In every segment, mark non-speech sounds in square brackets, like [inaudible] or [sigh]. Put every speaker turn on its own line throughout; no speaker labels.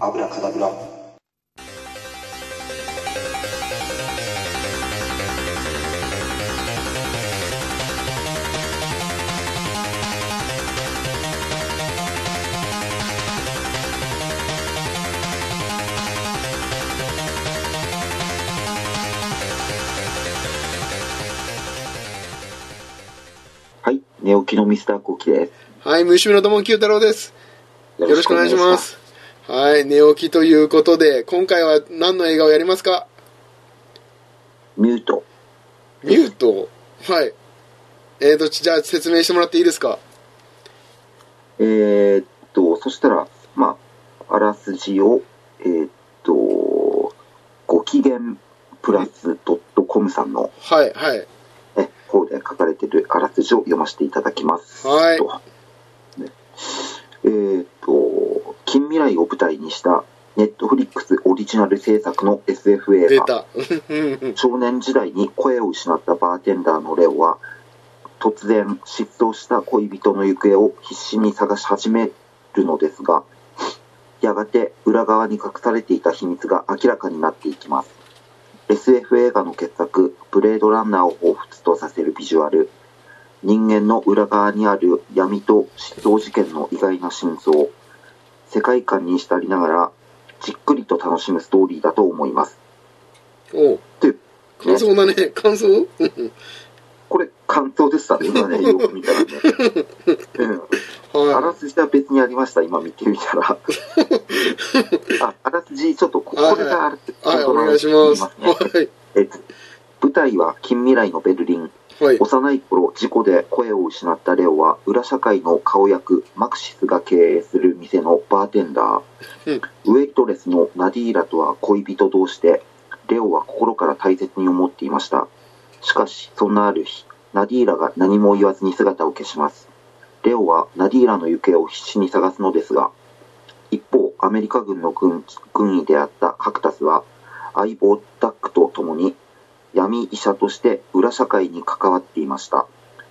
アブラカダブラ
はい、寝起きのミスターコキです。
はい、虫目の友九太郎です。よろしくお願いしま
よ
す。はい、寝起きということで、今回は何の映画をやります
ろしくお願い
か
します。ミュート。
ミュートはい。えーと、じゃあ説明してもらっていいですか
えー、っと、そしたら、まあ、あらすじを、えー、っと、ご機嫌プラスドットコムさんの、
はい、はい。
ね、方で書かれてるあらすじを読ませていただきます。
はい
とねえーっと、近未来を舞台にした、ネットフリックスオリジナル制作の SF 映画。
出た。 [laughs] うんうん
少年時代に声を失ったバーテンダーのレオは突然失踪した恋人の行方を必死に探し始めるのですがやがて裏側に隠されていた秘密が明らかになっていきます SF 映画の傑作「ブレードランナー」を彷彿とさせるビジュアル人間の裏側にある闇と失踪事件の意外な真相世界観に浸りながらじっくりと楽しむストーリーだと思います
おう
というね
感想だね。感想うんうん
これ、関東でしたね、今
[laughs]
ね、よく見たらね。うん。あ
は
らすじは別にありました、今見てみた
[laughs]
ら。あ、あらすじ、ちょっとこ、これがある
い。はい、お願いします。
ね
は
えっと舞台は近未来のベルリン。
い。はい。
幼い頃、事故で声を失ったレオは、裏社会の顔役、マクシスが経営する店のバーテンダー。ウェイトレスのナディーラとは恋人同士で、レオは心から大切に思っていました。しかし、そんなある日、ナディーラが何も言わずに姿を消します。レオはナディーラの行方を必死に探すのですが、一方、アメリカ軍の軍軍医であったカクタスは、相棒ダックと共に闇医者として裏社会に関わっていました。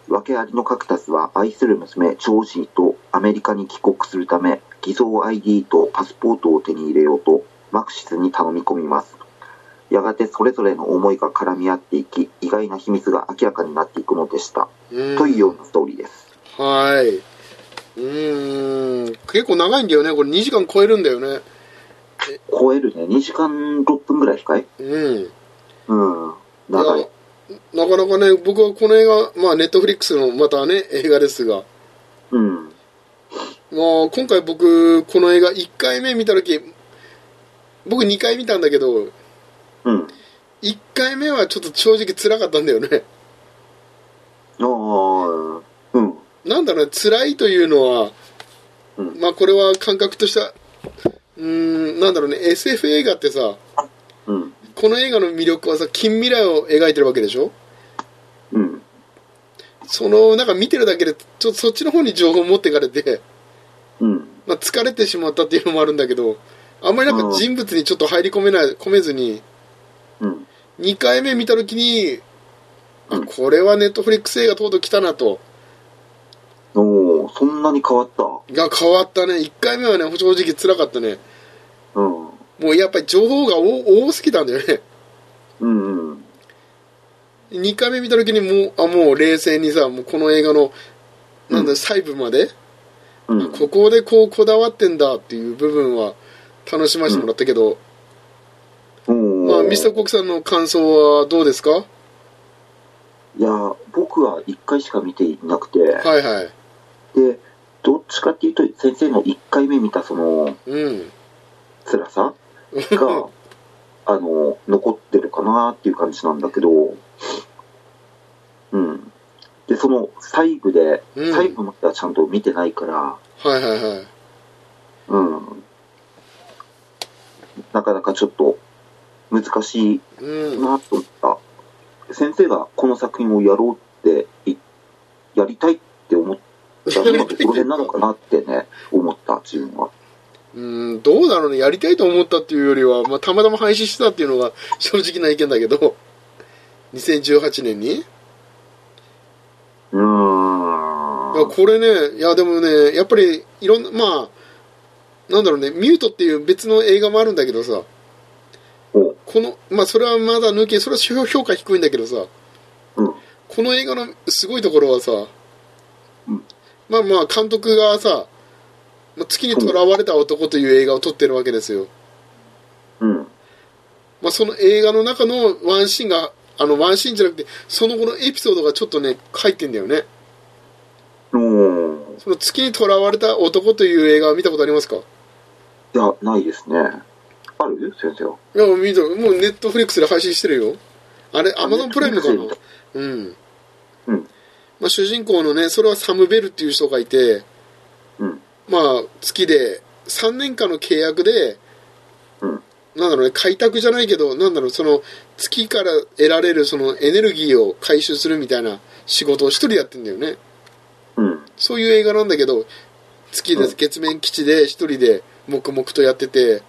訳ありのカクタスは愛する娘ジョージーとアメリカに帰国するため偽造 ID とパスポートを手に入れようとマクシスに頼み込みます。やがてそれぞれの思いが絡み合っていき意外な秘密が明らかになっていくのでした。
うん
というようなストーリーです。
はい。うーん。結構長いんだよね。これ2時間超えるんだよね。
超えるね。2時間6分ぐらいかい
うん。
うん。長い。
なかなかね、僕はこの映画、まあ、ネットフリックスのまたね、映画ですが、
うん。
まあ、今回僕、この映画、1回目見たとき、僕2回見たんだけど、
うん。
1回目はちょっと正直辛かったんだよね。
ああ、うん。
なんだろうね、辛いというのは、
うん
まあ、これは感覚としては、うーん、なんだろうね、SF 映画ってさ、
うん。
この映画の魅力はさ、近未来を描いてるわけでしょ
うん。
その、なんか見てるだけで、ちょっとそっちの方に情報を持ってかれて、
うん。
まあ、疲れてしまったっていうのもあるんだけどあんまりなんか人物にちょっと入り込めない込めずに
うん。
2回目見た時にあ
うん
これはネットフリックス映画とうとう来たなと
おおそんなに変わった
が変わったね1回目はね正直辛かったね
うん。
もうやっぱり情報が多多すぎたんだよね
うんうん。
2回目見た時にもうあもう冷静にさもうこの映画のなんだ、細部まで
うん。
ここでこうこだわってんだっていう部分は楽しませてもらったけど、
おー
まあミスターコックさんの感想はどうですかはい
や、僕は一回しか見ていなくて、
いはい
で、どっちかっていうと、先生の一回目見たその
うん
辛さ
[laughs]
が、あの、残ってるかなっていう感じなんだけど、うん。で、その細部で、
うん
細部まではちゃんと見てないから、
はいはいはい
うん。なかなかちょっと難しい
うん、
なと思った。先生がこの作品をやろうってい、やりたいって思ったのはこの辺なのかなってね、思った、自分は。
うん、どうだろうねやりたいと思ったっていうよりは、まあ、たまたま廃止してたっていうのが [laughs] 正直な意見だけど2018年に、
うー
いや
ん。
これねいやでもねやっぱりいろんなまあなんだろうね、ミュートっていう別の映画もあるんだけどさ、
おう
この、まあそれはまだ抜け、それは評評価低いんだけどさ、
うん。
この映画のすごいところはさ、
うん
まあまあ監督がさ、まあ月に囚われた男という映画を撮ってるわけですよ。
うん。
まあその映画の中のワンシーンが、あのワンシーンじゃなくて、その後のエピソードがちょっとね、書いてんだよね。
おー
その月に囚われた男という映画は見たことありますか
いや、ないですね。ある先生は。
いや、見た、もうネットフリックスで配信してるよ。あれ、
あ
アマゾンプライムかな
Netflix
うん。
うん。
まあ主人公のね、それはサム・ベルっていう人がいて、
うん。
まあ月で3年間の契約で、
うん。
なんだろうね、開拓じゃないけど、なんだろう、その月から得られるそのエネルギーを回収するみたいな仕事を一人やってんだよね。
うん。
そういう映画なんだけど、月で
うん
月面基地で一人で黙々とやってて、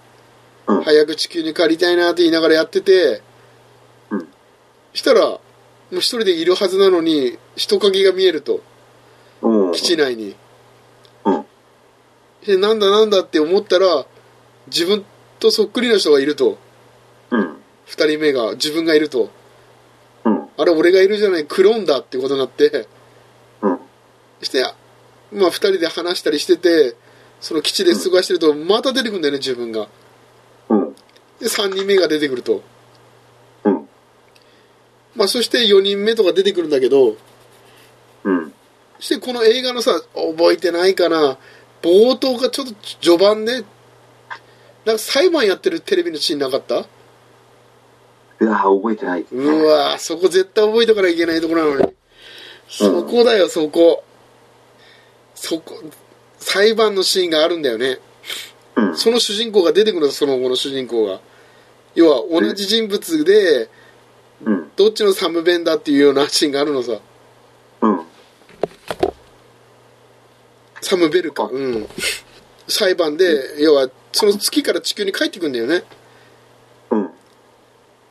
うん。
早く地球に帰りたいなって言いながらやってて、
うん。
したら、もう一人でいるはずなのに、人影が見えると、
おー
基地内に。
うん。
で、なんだなんだって思ったら、自分とそっくりの人がいると、
うん。
二人目が、自分がいると、
うん。
あれ俺がいるじゃない、クローンだってことになって、
うん。
して、まあ二人で話したりしてて、その基地で過ごしてると、また出てくるんだよね、自分が。
うん。
で、三人目が出てくると。
うん。
まあそして四人目とか出てくるんだけど、
うん。
そしてこの映画のさ覚えてないかな冒頭がちょっと序盤でなんか裁判やってるテレビのシーンなかった
うわー覚えてないですね。
うわーそこ絶対覚えとかなきゃいけないところなのにそこだよそこそこ裁判のシーンがあるんだよね
うん。
その主人公が出てくるのその後の主人公が要は同じ人物で
うん。
どっちのサムベンだっていうようなシーンがあるのさ
うん。
サムベルかうん裁判で要はその月から地球に帰ってくんだよね
うん。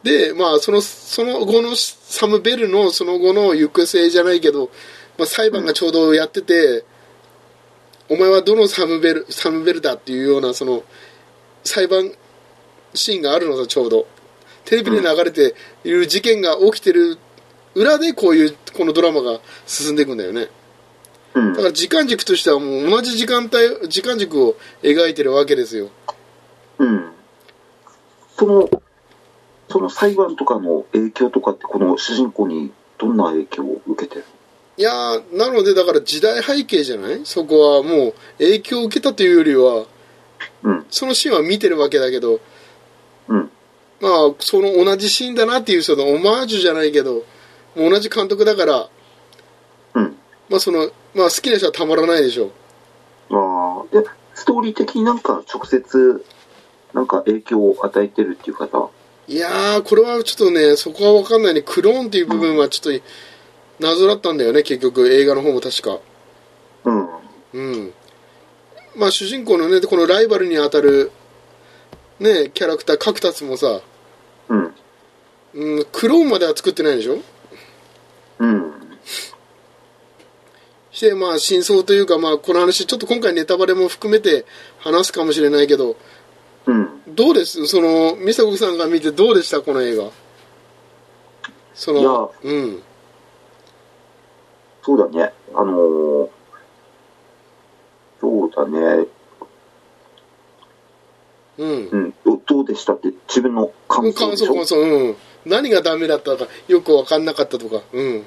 で、まあ、その、その後のサム・ベルのその後の行く末じゃないけど、まあ、裁判がちょうどやってて、お前はどのサム・ベル、サム・ベルだっていうような、その、裁判シーンがあるのさ、ちょうど。テレビで流れている事件が起きてる裏で、こういう、このドラマが進んでいくんだよね。
うん
だから時間軸としてはもう同じ時間帯、時間軸を描いてるわけですよ。
うん。その、その裁判とかの影響とかって、この主人公にどんな影響を受けてる
いやーなのでだから時代背景じゃないそこはもう影響を受けたというよりは
うん、
そのシーンは見てるわけだけど
うん、
まあその同じシーンだなっていうそのオマージュじゃないけどもう同じ監督だから、
うん。
まあそのまあ、好きな人はたまらないでしょ
ああ、で、ストーリー的になんか直接、なんか影響を与えてるっていう方、
いやーこれはちょっとねそこは分かんないねクローンっていう部分はちょっと謎だったんだよね結局映画の方も確か
うん、
うんまあ主人公のねこのライバルに当たるねキャラクター角立もさ
うん、
うん、クローンまでは作ってないでしょ
うん、
して、まあ、真相というか、まあ、この話、ちょっと今回ネタバレも含めて話すかもしれないけど、
うん。
どうですその、ミサコさんが見てどうでしたこの映画。その、うん。
そうだね、あのーそうだね、
うん。
うん、どどうでしたって自分の感想
感
でし
想、
ょ
感想、うん。何がダメだったか、よくわかんなかったとか、うん。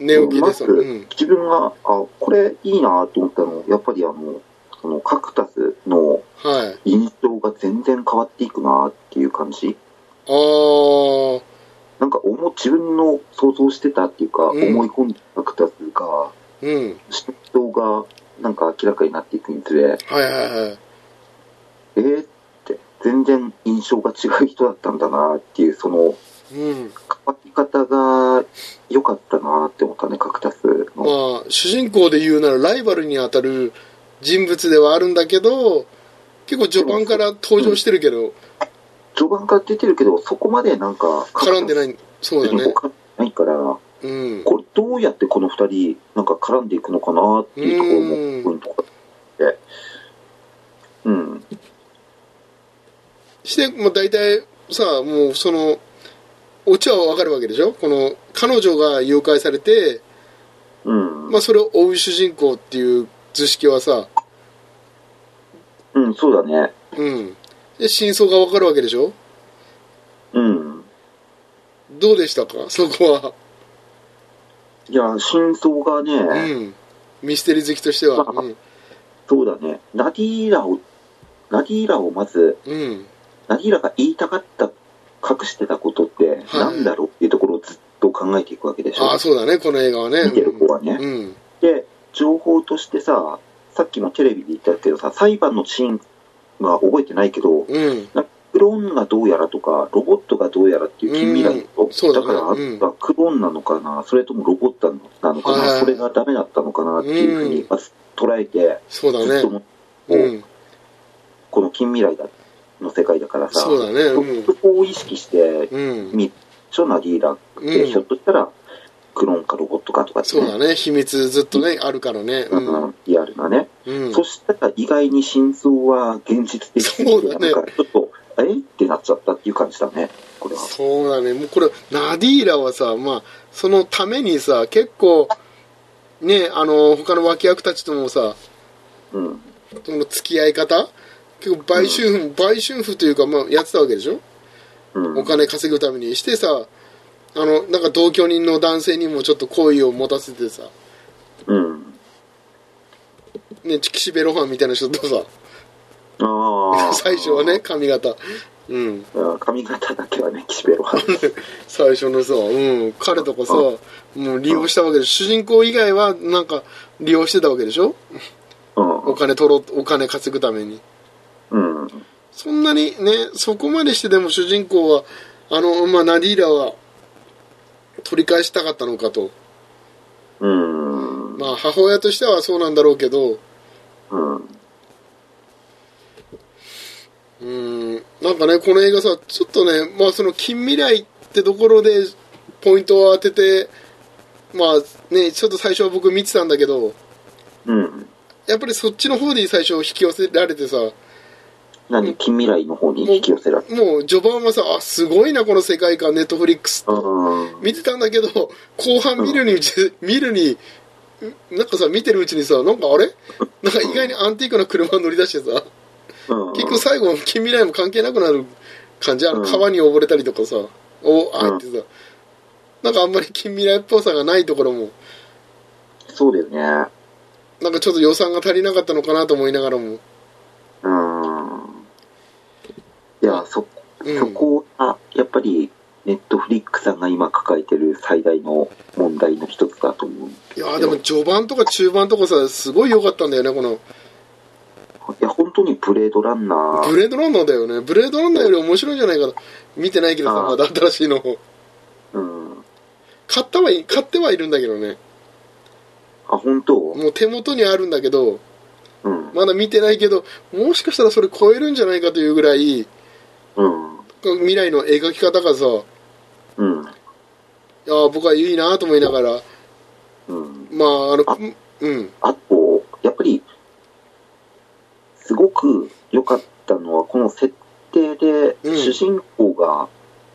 寝起き
ま
でさ、
ず、
うん。
自分が、あ、これいいなと思ったの、やっぱりあの、その、カクタスの
はい。
印象が全然変わっていくなっていう感じ。
あー、
なんか、思う、自分の想像してたっていうか、
うん
思い込んだカクタスが、
うん。
印象が、なんか明らかになっていくにつれ、
はいはいはい。
えー、って、全然印象が違う人だったんだなっていう、その、
うん。
変わり方が良かったなって思ったね、カクタスの。
まあ、主人公で言うならライバルに当たる人物ではあるんだけど結構序盤から登場してるけど、
序盤から出てるけど、そこまでなんか、
絡んでないそうだ
に
ね
絡んでないから、
うん
これどうやってこの2人なんか絡んでいくのかなっていうところもポイントか
して、まあ、大体さもうそのオチはわかるわけでしょこの彼女が誘拐されて、
うん。
まあ、それを追う主人公っていう図式はさ、
うん、そうだね。
うん、で真相がわかるわけでしょ
うん。
どうでしたかそこ
いや、真相がね、
は、うん、ミステリー好きとしては、うん
そうだね。ナディーラを、ナディーラをまず、
うん、
ナディーラが言いたかった、隠してたことって、
はい
なんだろうっていうところをずっと考えていくわけでしょ。
ああそうだねこの映画はね
見てる子はね。
うん
で、情報としてさ、さっきもテレビで言ったけどさ、裁判のシーンは覚えてないけど、
うん
クローンがどうやらとか、ロボットがどうやらっていう近未来
うんそうだ
だ
ね
から、あ
うん
とはクローンなのかな、それともロボットなのか
はい
な、それがダメだったのかなっていうふう
う
に
ん
まず捉えて、
そう
ずっ
だ
と
ね
も
うん
この近未来だの世界だからさ、
そうだねうん
そこを意識して、
うん
ミッチョなリーダーって、
うん
ひょっとしたら、クローンかロボットかとかって
そうだ
ね、
ね秘密ずっとねあるからねう
うんんリアルなね。
うん
そしたら意外に真相は現実的
そうだね
なんかちょっと、えってなっちゃったっていう感じだね、これは。
そうだねもうこれナディーラはさまあそのためにさ結構ねあの他の脇役たちともさ
うん。
その付き合い方結構売春婦、売春婦というか、まあ、やってたわけでしょ
うん、
お金稼ぐためにしてさあのなんか同居人の男性にもちょっと好意を持たせてさ
うん。
ね岸辺露伴みたいな人とさ
ああ。
[laughs] 最初はね。髪型うん
うん髪型だけはね、岸辺露伴。
最初のさ、うん、彼とかさもう利用したわけで主人公以外はなんか利用してたわけでしょ [laughs] お金取ろうお金稼ぐために
うん。うん。
そんなにねそこまでしてでも主人公はあの、まあ、ナディーラは取り返したかったのかと
うん。
まあ母親としてはそうなんだろうけど
うん。
うーんなんかねこの映画さちょっとねまあその近未来ってところでポイントを当ててまあねちょっと最初は僕見てたんだけど
うん。
やっぱりそっちの方で最初引き寄せられてさも
何近未来の方に引き寄せられ
う序盤はさあすごいなこの世界観ネットフリックス
た。うん。
見てたんだけど後半見るにう [laughs] ち見るにんなんかさ見てるうちにさなんかあれなんか意外にアンティークな車乗り出してさ
うん
結局最後近未来も関係なくなる感じあの
うん
川に溺れたりとかさおあってさなんかあんまり近未来っぽさがないところも
そうだよね。
なんかちょっと予算が足りなかったのかなと思いながらも
うん。いや、そ、
うん
そこが、やっぱり、ネットフリックさんが今抱えてる最大の問題の一つだと思う。
いやーでも序盤とか中盤とかさすごい良かったんだよねこの
いや、本当にブレードランナ
ブ
ー。
レードランナーだよねブレードランナーより面白いんじゃないかな見てないけどさ
あー
まだ新しいの
うん。
買ったはい買ってはいるんだけどね
あ、本当
もう手元にあるんだけど
うん。
まだ見てないけどもしかしたらそれ超えるんじゃないかというぐらい
うん。
未来の描き方がさ
うん。
いやー僕はいいなと思いながら、
うん。
まあ、あの
あ、
うん、
あと、やっぱり、すごく良かったのは、この設定で、
うん
主人公が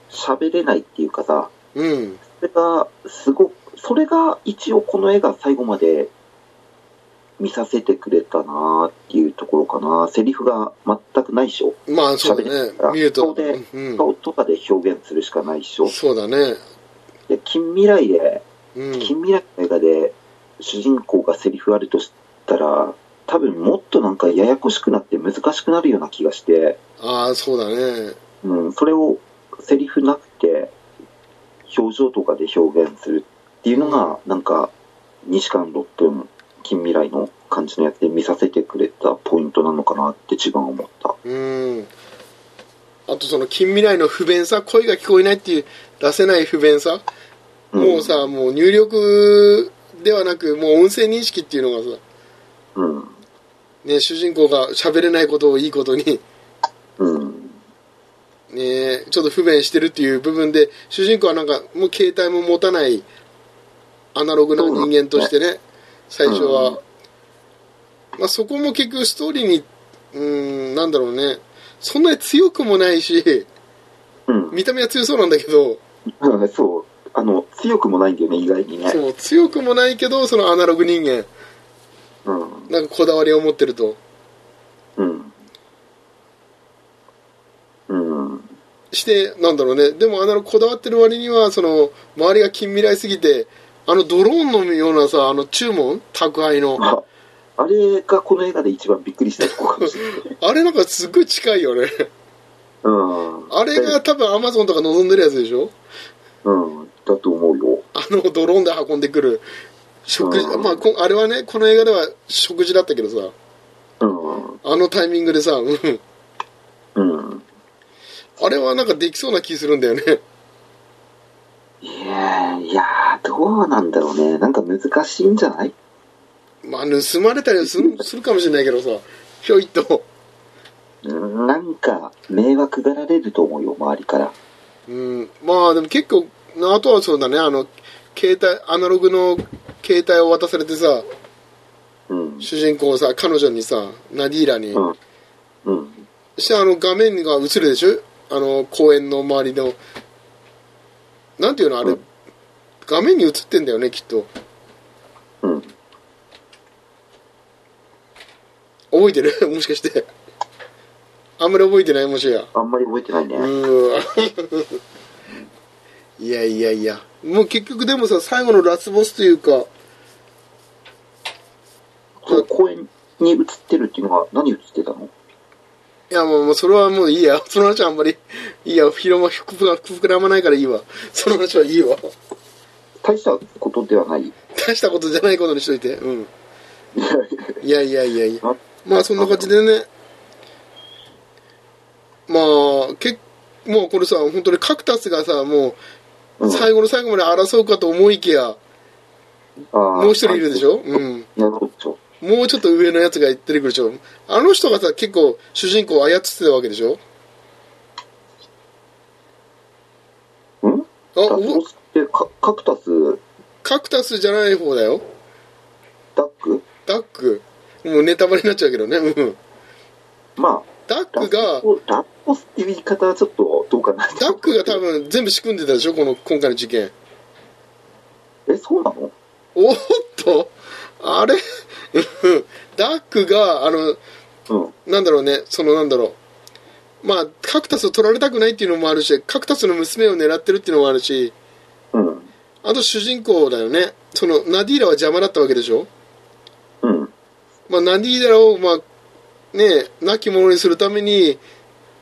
喋れないっていうかさ、
うん、
それが、すごく、それが一応この絵が最後まで見させてくれたなっていうところかな。セリフが全くないでしょ。
まあそうだ
喋
ね
れ、た
ミュート
顔で
う
顔とかで表現するしかないでしょ
ん、。そうだね、
で、近未来で、
うん、
近未来の映画で主人公がセリフあるとしたら多分もっとなんかややこしくなって難しくなるような気がして、
ああ、そうだね、
うん、それをセリフなくて表情とかで表現するっていうのがなんか2時間6分近未来の感じのやつで見させてくれたポイントなのかなって一番思った。
うん、あとその近未来の不便さ、声が聞こえないっていう、出せない不便さ、
ん
もう、さ、もう入力ではなく、もう音声認識っていうのがさ、
うん
ね、主人公が喋れないことをいいことに、
うん
ね、ちょっと不便してるっていう部分で主人公はなんかもう携帯も持たないアナログな人間としてね最初は、まあ、そこも結局ストーリーにうーんなんだろうねそんなに強くもないし、
うん。
見た目は強そうなんだけど、
そう。あの、強くもないんだよね、意外にね。
そう、強くもないけど、そのアナログ人間、
うん。
なんかこだわりを持ってると。
うん。うん。
して、なんだろうね。でもアナログこだわってる割には、その、周りが近未来すぎて、あのドローンのようなさ、あの注文宅配の。
ああれがこの映画で一番びっくりしたとこかもしれない。
あれなんかすっごい近いよね。
うん。
あれが多分アマゾンとか望んでるやつでしょ
うん。だと思うよ。
あのドローンで運んでくる食事、
うん
まあこあれはねこの映画では食事だったけどさ
うん。
あのタイミングでさ、うん、
うん。
あれはなんかできそうな気するんだよね
いやー、いやーどうなんだろうね。なんか難しいんじゃない
まあ盗まれたりするするかもしれないけどさひょいっと
うんなんか、迷惑がられると思うよ、周りから。
うんまあでも結構あとはそうだねあの携帯アナログの携帯を渡されてさ
うん。
主人公さ彼女にさナディーラに、
うん。うん。
そしてあの画面が映るでしょあの公園の周りのなんていうのあれ、
うん
画面に映ってんだよねきっと
うん。
覚えてる [laughs] もしかしてあんまり覚えてないもしや
あんまり覚えてないうね。
ーわ [laughs] いやいやいやもう結局でもさ最後のラスボスというか
そう公園に映ってるっていうのは何映ってたの
いやもうもうそれはもういいや [laughs] その話はあんまりいいや広ま膨ら膨らまないからいいわその話はいいわ
大したことではない。
大したことじゃないことにしといてうんいやいやいやいやまあそんな感じ
で。
でねまあけもうこれさ本当にカクタスがさも
う
うん最後の最後まで争うかと思いきや、
も
もう一人いるでしょ、うん、
なるほど。
もうちょっと上のやつが出てくるでしょあの人がさ結構主人公を操ってたわけでしょ
うん
あ
ダ
おぼ
トスってカカクタス、
カクタスじゃない方だよ
ダック
ダックもうネタバレになっちゃうけどね、うん、
ま
ダッ
あ、
クが
ダッコスっていう言い方はちょっとどうかな。
ダックが多分全部仕組んでたでしょこの今回の事件
え、そうなの
おっとあれうんダックがあの
うん。
なんだろうね、そのなんだろう。まあ、カクタスを取られたくないっていうのもあるし、カクタスの娘を狙ってるっていうのもあるし、
うん。
あと主人公だよね。その、ナディーラは邪魔だったわけでしょ
うん。
まあ、ナディーラを、まあ、ね、亡き者にするために、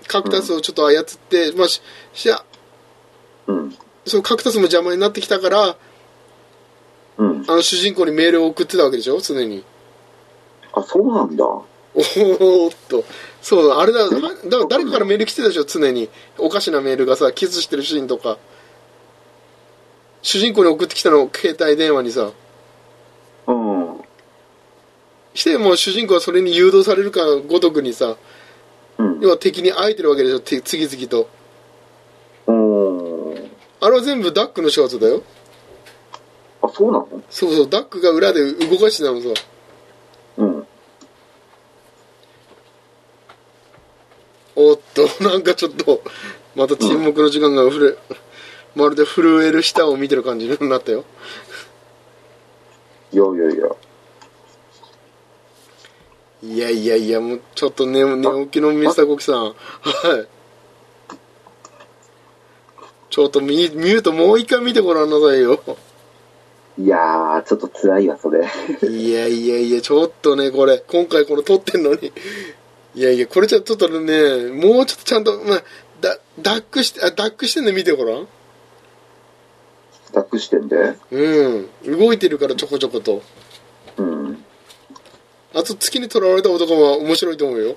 カクタスをちょっと操って、まあ、し、しゃ、
うん。
そのカクタスも邪魔になってきたから、
うん。
あの主人公にメールを送ってたわけでしょ常に。 [laughs]
あ、そうなんだ。
おーっと。そう、あれだ、だから誰かからメール来てたでしょ、常に。おかしなメールがさ、キスしてるシーンとか。主人公に送ってきたの、携帯電話にさ。
うん。
して、もう主人公はそれに誘導されるかごとくにさ、
うん。
要は敵に会えてるわけでしょ、て次々と。
うーん。
あれは全部ダックの仕業だよ。
あ、そうなの
そうそう、ダックが裏で動かしてたのさ。
うん。
おっと、なんかちょっと、また沈黙の時間がふれ、まるで震える舌を見てる感じになったよ。
いやいやいや。
いやいやいや、もうちょっと寝寝起きのミスターコキさん、はい。ちょっとミュミュートもう一回見てごらんなさいよ。
いやー、ちょっと辛いわ、それ。 [laughs]
いやいやいや、ちょっとね、これ、今回これ撮ってんのに。いやいや、これじゃちょっとね、もうちょっとちゃんと、まあ、だ、ダックして、あ、ダックしてんの見てごらん。
託してんで。
うん。動いてるからちょこちょこと。
うん。
あと月に囚われた男は面白いと思うよ。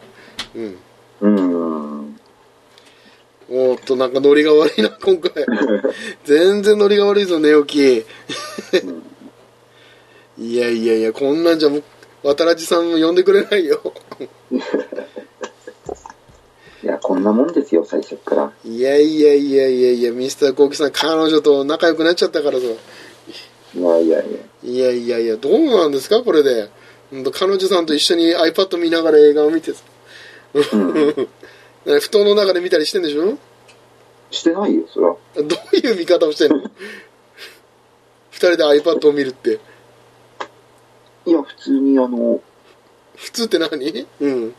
うん。
うーん。
おーっと、なんかノリが悪いな、 [laughs] 今回。全然ノリが悪いぞ、寝起き。いやいやいや、こんなんじゃもう、渡らじさんも呼んでくれないよ。
いや、こんなもんですよ、最初っから。
いやいやいやいやいや、ミスターコウキさん、彼女と仲良くなっちゃったからさ。
いやいやいや。
いやいやいや、どうなんですか、これで。ほんと彼女さんと一緒に iPad 見ながら映画を見てさ。え布団の中で見たりしてんでしょ
してないよ、それは。
どういう見方をしてん [laughs] の二人で iPad を見るって。
いや、普通にあの、
普通って何うん。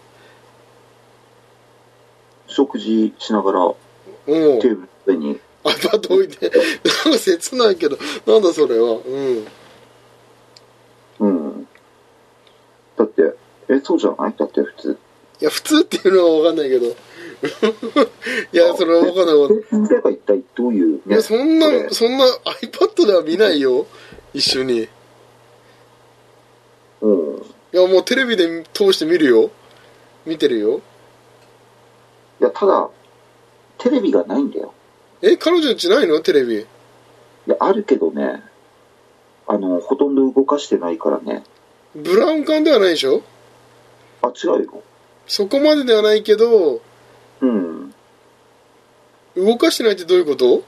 食事しながら
うん。
テーブルの上に
iPad 置いて。なんか切ないけど、なんだそれは。う
う
ん。
ん。だって、え、そうじゃないだって普通。
いや、普通っていうのはわかんないけど。 [laughs] いや、それはわかんない [laughs] わかんない。
それが一体どういう、
いや、そんな
これ、
そんな iPad では見ないよ。一緒に。い
うん。
や、もうテレビで通して見るよ。見てるよ。
いや、ただ、テレビがないんだよ。
え、彼女んちないのテレビ。
いや、あるけどね、あの、ほとんど動かしてないからね。
ブラウン管ではないでしょ
あ、違うよ。
そこまでではないけど、
うん。
動かしてないってどういうこと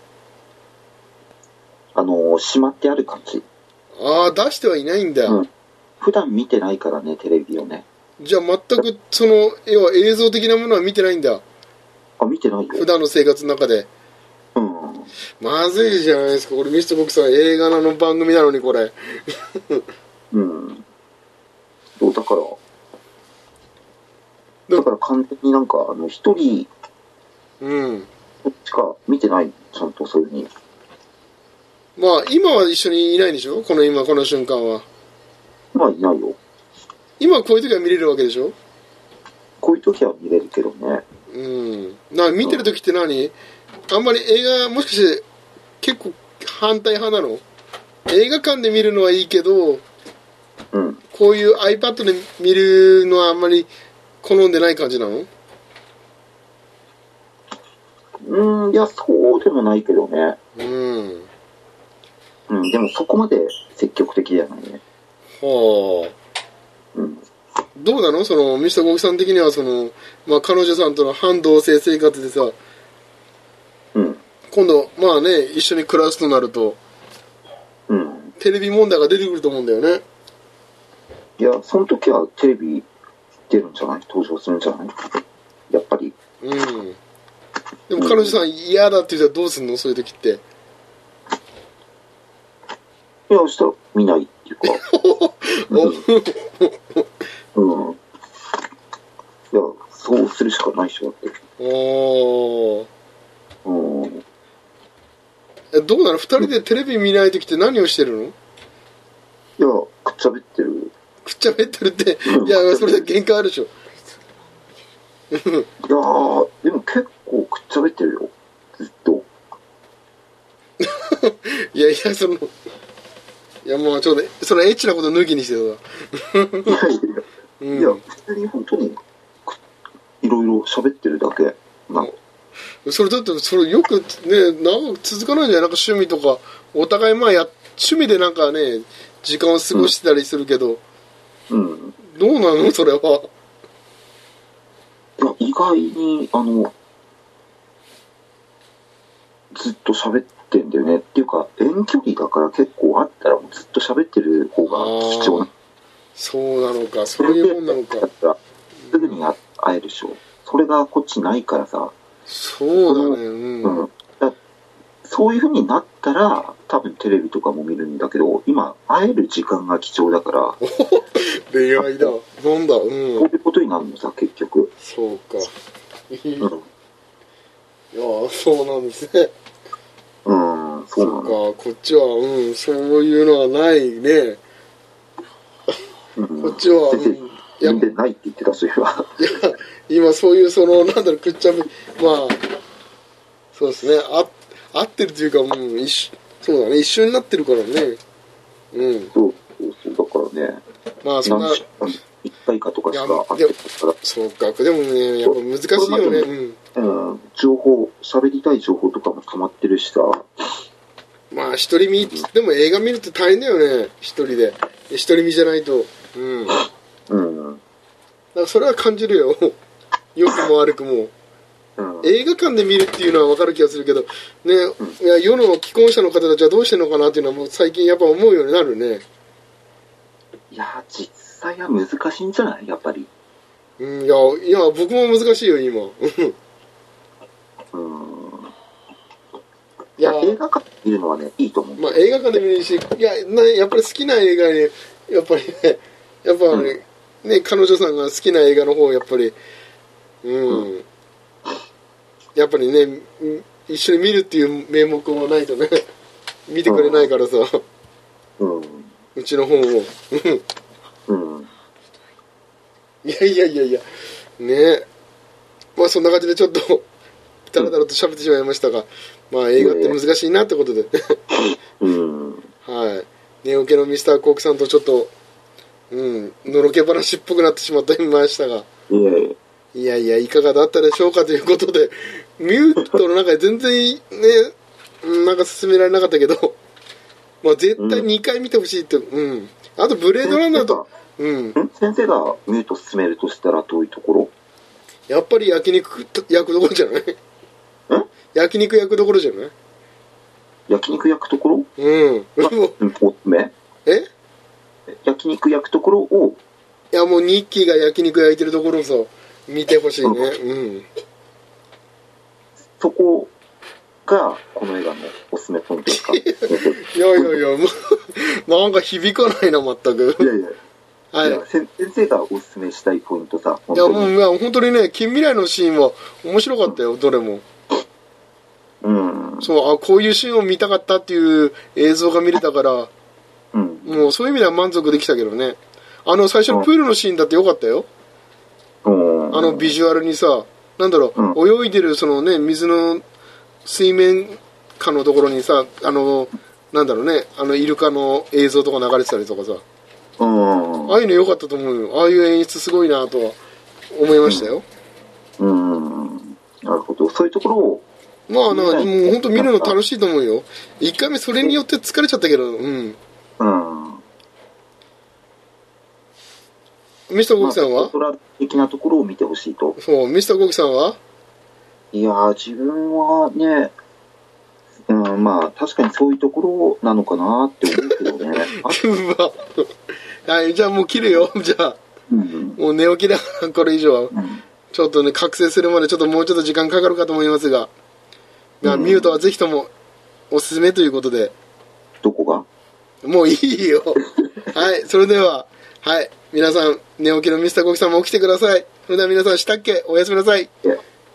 あの、しまってある感じ。
ああ、出してはいないんだ。
うん普段見てないからね、テレビをね。
じゃあ全く、その、要は映像的なものは見てないんだ。
あ、見てないよ
普。段の生活の中で。
うん。
まずいじゃないですか。これ、ミストボクさん映画の番組なのに、これ。
うん。そう、だから、
だ
だから完全になんか、あの、一人
うん。
しか見てない、ちゃんとそういうふうに。
まあ、今は一緒にいないんでしょこの今、この瞬間は。
まあ、いないよ。
今こういう時は見れるわけでしょ
こういう時は見れるけどね。
うんな見てる時って何あんまり映画もしかして結構反対派なの映画館で見るのはいいけど
うん。
こういう iPad で見るのはあんまり好んでない感じなの
うん、いや、そうでもないけどね。
うん
うん、でもそこまで積極的じゃないね。
はあ
うん。
どうなのそのミスターゴキさん的にはその、まあ、彼女さんとの半同棲生活でさ
うん。
今度まあね一緒に暮らすとなると
うん。
テレビ問題が出てくると思うんだよね
いや、その時はテレビ出るんじゃない登場するんじゃないやっぱり。
うんでも彼女さん嫌だって言ったらどうすんのそういう時って
いや、したら見ないっていうか。
お
うん。いや、そうするしかないでしょ、だって。
おー
うん。
えどうなの二人でテレビ見ない時って何をしてるの
いや、くっちゃべってる。
くっちゃべってるって
うん
いやそれで限界あるでしょ
いやー、でも結構くっちゃべってるよ。ずっ [laughs] と。
いやいやそのいやもうちょっとそのエッチなこと抜きにしてた
いやいや。
うん
いや、普通に本当に、いろいろ喋ってるだけ。な
それだってそれよくね長く続かないんじゃないなんか趣味とかお互いまあや趣味でなんかね時間を過ごしてたりするけど、
うん。
どうなのそれはい
や、意外に、あの、ずっと喋ってんだよね。っていうか、遠距離だから結構あったら、ずっと喋ってる方が貴重な。
そうなのかそういうもんなの
だ
か
ったら、すぐに会えるでしょ。それがこっちないからさ。
そうだねうん、
うんだそういう風になったら、多分テレビとかも見るんだけど、今、会える時間が貴重だから、こ
恋愛だなんだうん
ういうことになるのさ、結局。
そうか。いい
うん。
ああ、そうなんですね。
うん、そうな
そっか、
の。
こっちは、うん、そういうのはないね。
うん
こっちは、う
全然
ん、いや
全、然ないって言ってた、それは。
今そういう、その、なんだ [laughs] ろう、くっちゃべ、まあ、そうですね、あ合ってるというか、うん、一緒、そうだね、一緒になってるからね。う
[laughs]
ん、
そうそうそう、だからね、
まあ、そんな
何、週間に1回かとかしか
い
会
や
ってるか
そうか、でもね、やっぱ難しいよね、うん。
ら、うん、情報、喋りたい情報とかも溜まってるしさ、
まあ、一人見、でも映画見るって大変だよね、一人で。一人見じゃないと。うん。
うん、
だからそれは感じるよ [laughs] 良くも悪くも
うん、
映画館で見るっていうのは分かる気がするけどねいや世の既婚者の方たちはどうしてるのかなっていうのはもう最近やっぱ思うようになるね
いや、実際は難しいんじゃないやっぱり。
うんいやいや僕も難しいよ今うん
見るのはね、いいと思う。
[laughs] まあ映画館で見れるしいやなやっぱり好きな映画にやっぱりね [laughs] やっぱり、ね彼女さんが好きな映画の方をやっぱりうん、やっぱりねうん一緒に見るっていう名目もないとね [laughs] 見てくれないからさ、
うん。
うちの本をうん
うん。
いやいやいやいやねまあそんな感じでちょっとだらだらと喋ってしまいましたがまあ映画って難しいなってことで
うん。
はい。寝起きのミスターコークさんとちょっと、うん、のろけ話っぽくなってしまっていましたが、
いやいや
いやいや、いかがだったでしょうかということで、ミュートの中で全然ね、うんなんか進められなかったけど、まあ絶対
うん
2回見てほしいって、うん。あと、ブレードランナーと、うん。
ん先生がミュート進めるとしたらどういうとこ
やっぱり焼肉焼くところじゃない
ろん
焼肉焼くところじゃない
焼肉焼くところ
うん。
が
もう
うんおすすめ
え
焼肉焼くところを、
いやもうニッキーが焼肉焼いてるところをさ、見てほしいね。うん。
そこが、この映画のおすすめポイント
[laughs]
ですか先生い
いやいやいや、もう、なんか響かないな、全く。
やいや。
はい。い
いやせん先生がおすすめしたいポイントさ、本
や、
当
もう、
に。
いや本当にね、近未来のシーンは面白かったよ、どれも。
うん。
そう、あ、こういうシーンを見たかったっていう映像が見れたから、
うん。
もうそういう意味では満足できたけどね。あの、最初のプールのシーンだってよかったよ。
うん
あのビジュアルにさ、なんだろう、泳いでる、そのね、水の水面下のところにさ、あの、なんだろうね、あの、イルカの映像とか流れてたりとかさ。
うん。
ああいうの良かったと思うよ。ああいう演出すごいなとは思いましたよ。
うん。なるほど。そういうところを、
まあな、
うん
もう本当見るの楽しいと思うよ。一回目それによって疲れちゃったけど、うん。
うん。
ミスターゴ
ま
キさんは
あ、トラ的なところを見てほしいと。
そう、ミスターゴキさんはい
やー、自分はね、うん、まあ、確かにそういうところなのかなって思うけど
[laughs]
ね。あ
うわはい、じゃあもう切るよ。 [laughs] じゃあ、
うん。
もう寝起きだから、これ以上は。
うん
ちょっとね、覚醒するまでちょっともうちょっと時間かかるかと思いますが、まあ
うん
ミュートはぜひともおすすめということで、
どこが
もういいよ。はい、それでは、はい、皆さん、寝起きのミスターコキさんも起きてください。それでは皆さん、したっけおやすみなさい。
いや